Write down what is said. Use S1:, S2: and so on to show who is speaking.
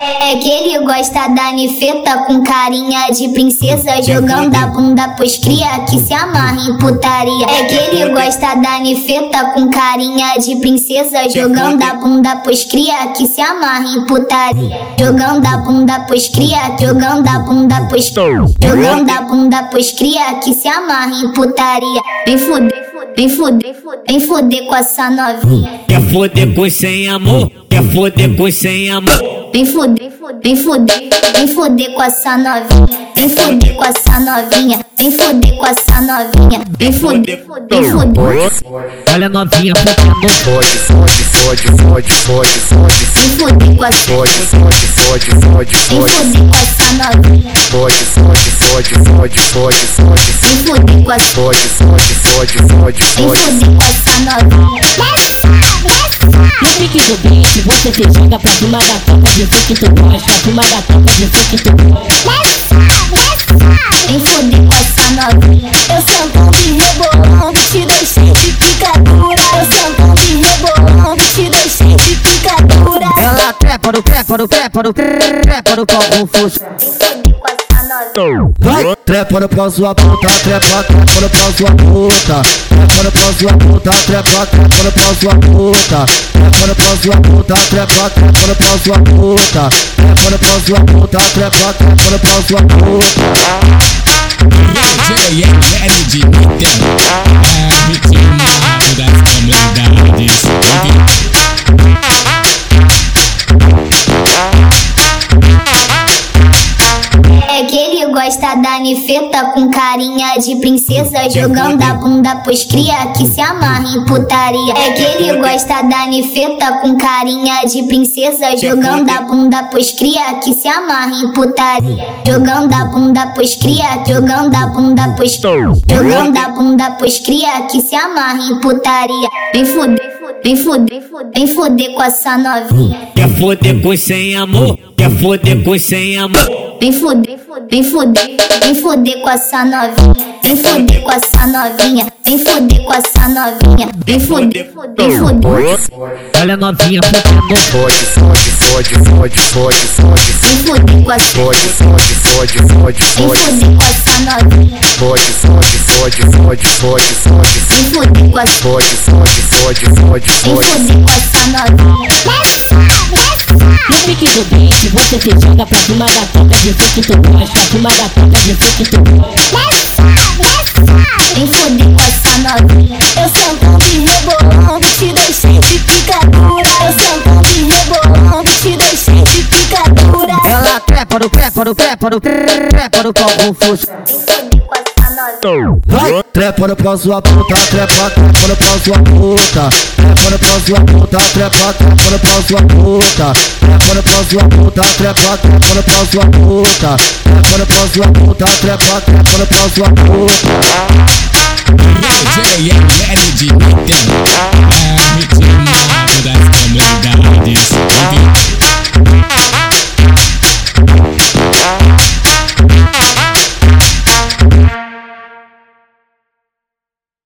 S1: É que ele gosta da nifeta com carinha de princesa Jogando a bunda pros cria que se amarra em putaria É que ele gosta da nifeta com carinha de princesa Jogando a bunda pros cria que se amarra em putaria Jogando a bunda pros cria, jogando a bunda pros Jogando a bunda pros cria que se amarra em putaria Vem fuder, vem fuder, vem fuder com essa novinha
S2: Quer foder com sem amor, quer foder com sem amor.
S1: Vem fuder, vem fuder, vem fuder com essa novinha. Vem fuder com essa novinha. Vem fuder com essa novinha. Vem fuder, vem fuder.
S2: Olha a novinha focando
S3: Fode, fode, fode, fode, fode, fode,
S1: Vem fuder com essa
S3: fode, fode, fode, fode,
S1: Vem
S3: fode,
S1: fuder com essa novinha.
S3: fode, fode, fode, fode, fode, fode,
S1: Vem fuder com essa.
S3: fode, fode, fode, fode,
S1: Vem
S3: fode.
S1: fuder com essa novinha.
S4: Lembre que do beat você se joga pra cima da tropa de funk que tu gosta, pra cima da tropa de funk que tu gosta.
S1: Vem fuder com essa novinha.
S5: Eu sentando e rebolando, te deixei de picadura. Eu sentando e rebolando, te deixei de picadura.
S6: Ela trepa no trepa no trepa no trepa no pau confuso.
S1: Vem fuder com essa novinha.
S6: Vai! Trepa no pau sua puta, trepa, trepa no pau sua puta. Trepa no pau sua puta, trepa, trepa no pau sua puta. Trepa no pau sua puta, trepa, trepa no pau sua puta. Trepa no pau sua puta, trepa, trepa no pau sua puta.
S7: DJ André de Niterói A vitimado das comunidades
S1: É que ele gosta da nifeta com carinha de princesa Jogando a bunda pros cria que se amarra em putaria É que ele gosta da nifeta com carinha de princesa Jogando a bunda pros cria que se amarra em putaria Jogando a bunda pros cria, jogando a bunda pros Jogando a bunda pros cria que se amarra em putaria Vem fuder, vem fuder, vem fuder com essa novinha
S2: Quer foder com sem amor, quer foder com sem amor.
S1: Vem fuder, vem fuder, vem fuder com essa novinha. Vem fuder com essa novinha. Vem fuder com essa novinha. Vem fuder, vem fuder.
S2: Olha a novinha focando
S3: Fode, fode, fode, fode, fode, fode,
S1: Vem fuder com essa.
S3: fode, fode, fode, fode,
S1: Vem
S3: fode,
S1: fuder com essa novinha.
S3: fode, fode, fode, fode, fode, fode,
S1: Vem fuder com essa.
S3: fode, fode, fode, fode,
S1: Vem
S3: fode.
S1: fuder com essa novinha.
S4: Lembre que do beat você se joga pra cima da tropa de funk que tu gosta, pra cima da tropa de funk que tu gosta.
S1: Vem fuder com essa novinha.
S5: Eu sentando e rebolando, te deixei de picadura. Eu sentando e rebolando, te deixei de picadura.
S6: Ela trepa no trepa no trepa no trepa no pau confuso.
S1: Vem fuder com essa novinha.
S6: Vai! Trepa no pau sua puta, trepa, trepa no pau sua puta. Trepa no pau sua puta, trepa, trepa no pau sua puta. Trepa no pau sua puta, trepa, trepa no pau sua puta. Trepa no pau sua puta, trepa, trepa no pau sua puta.
S7: DJ André de Niterói A vitimado das comunidades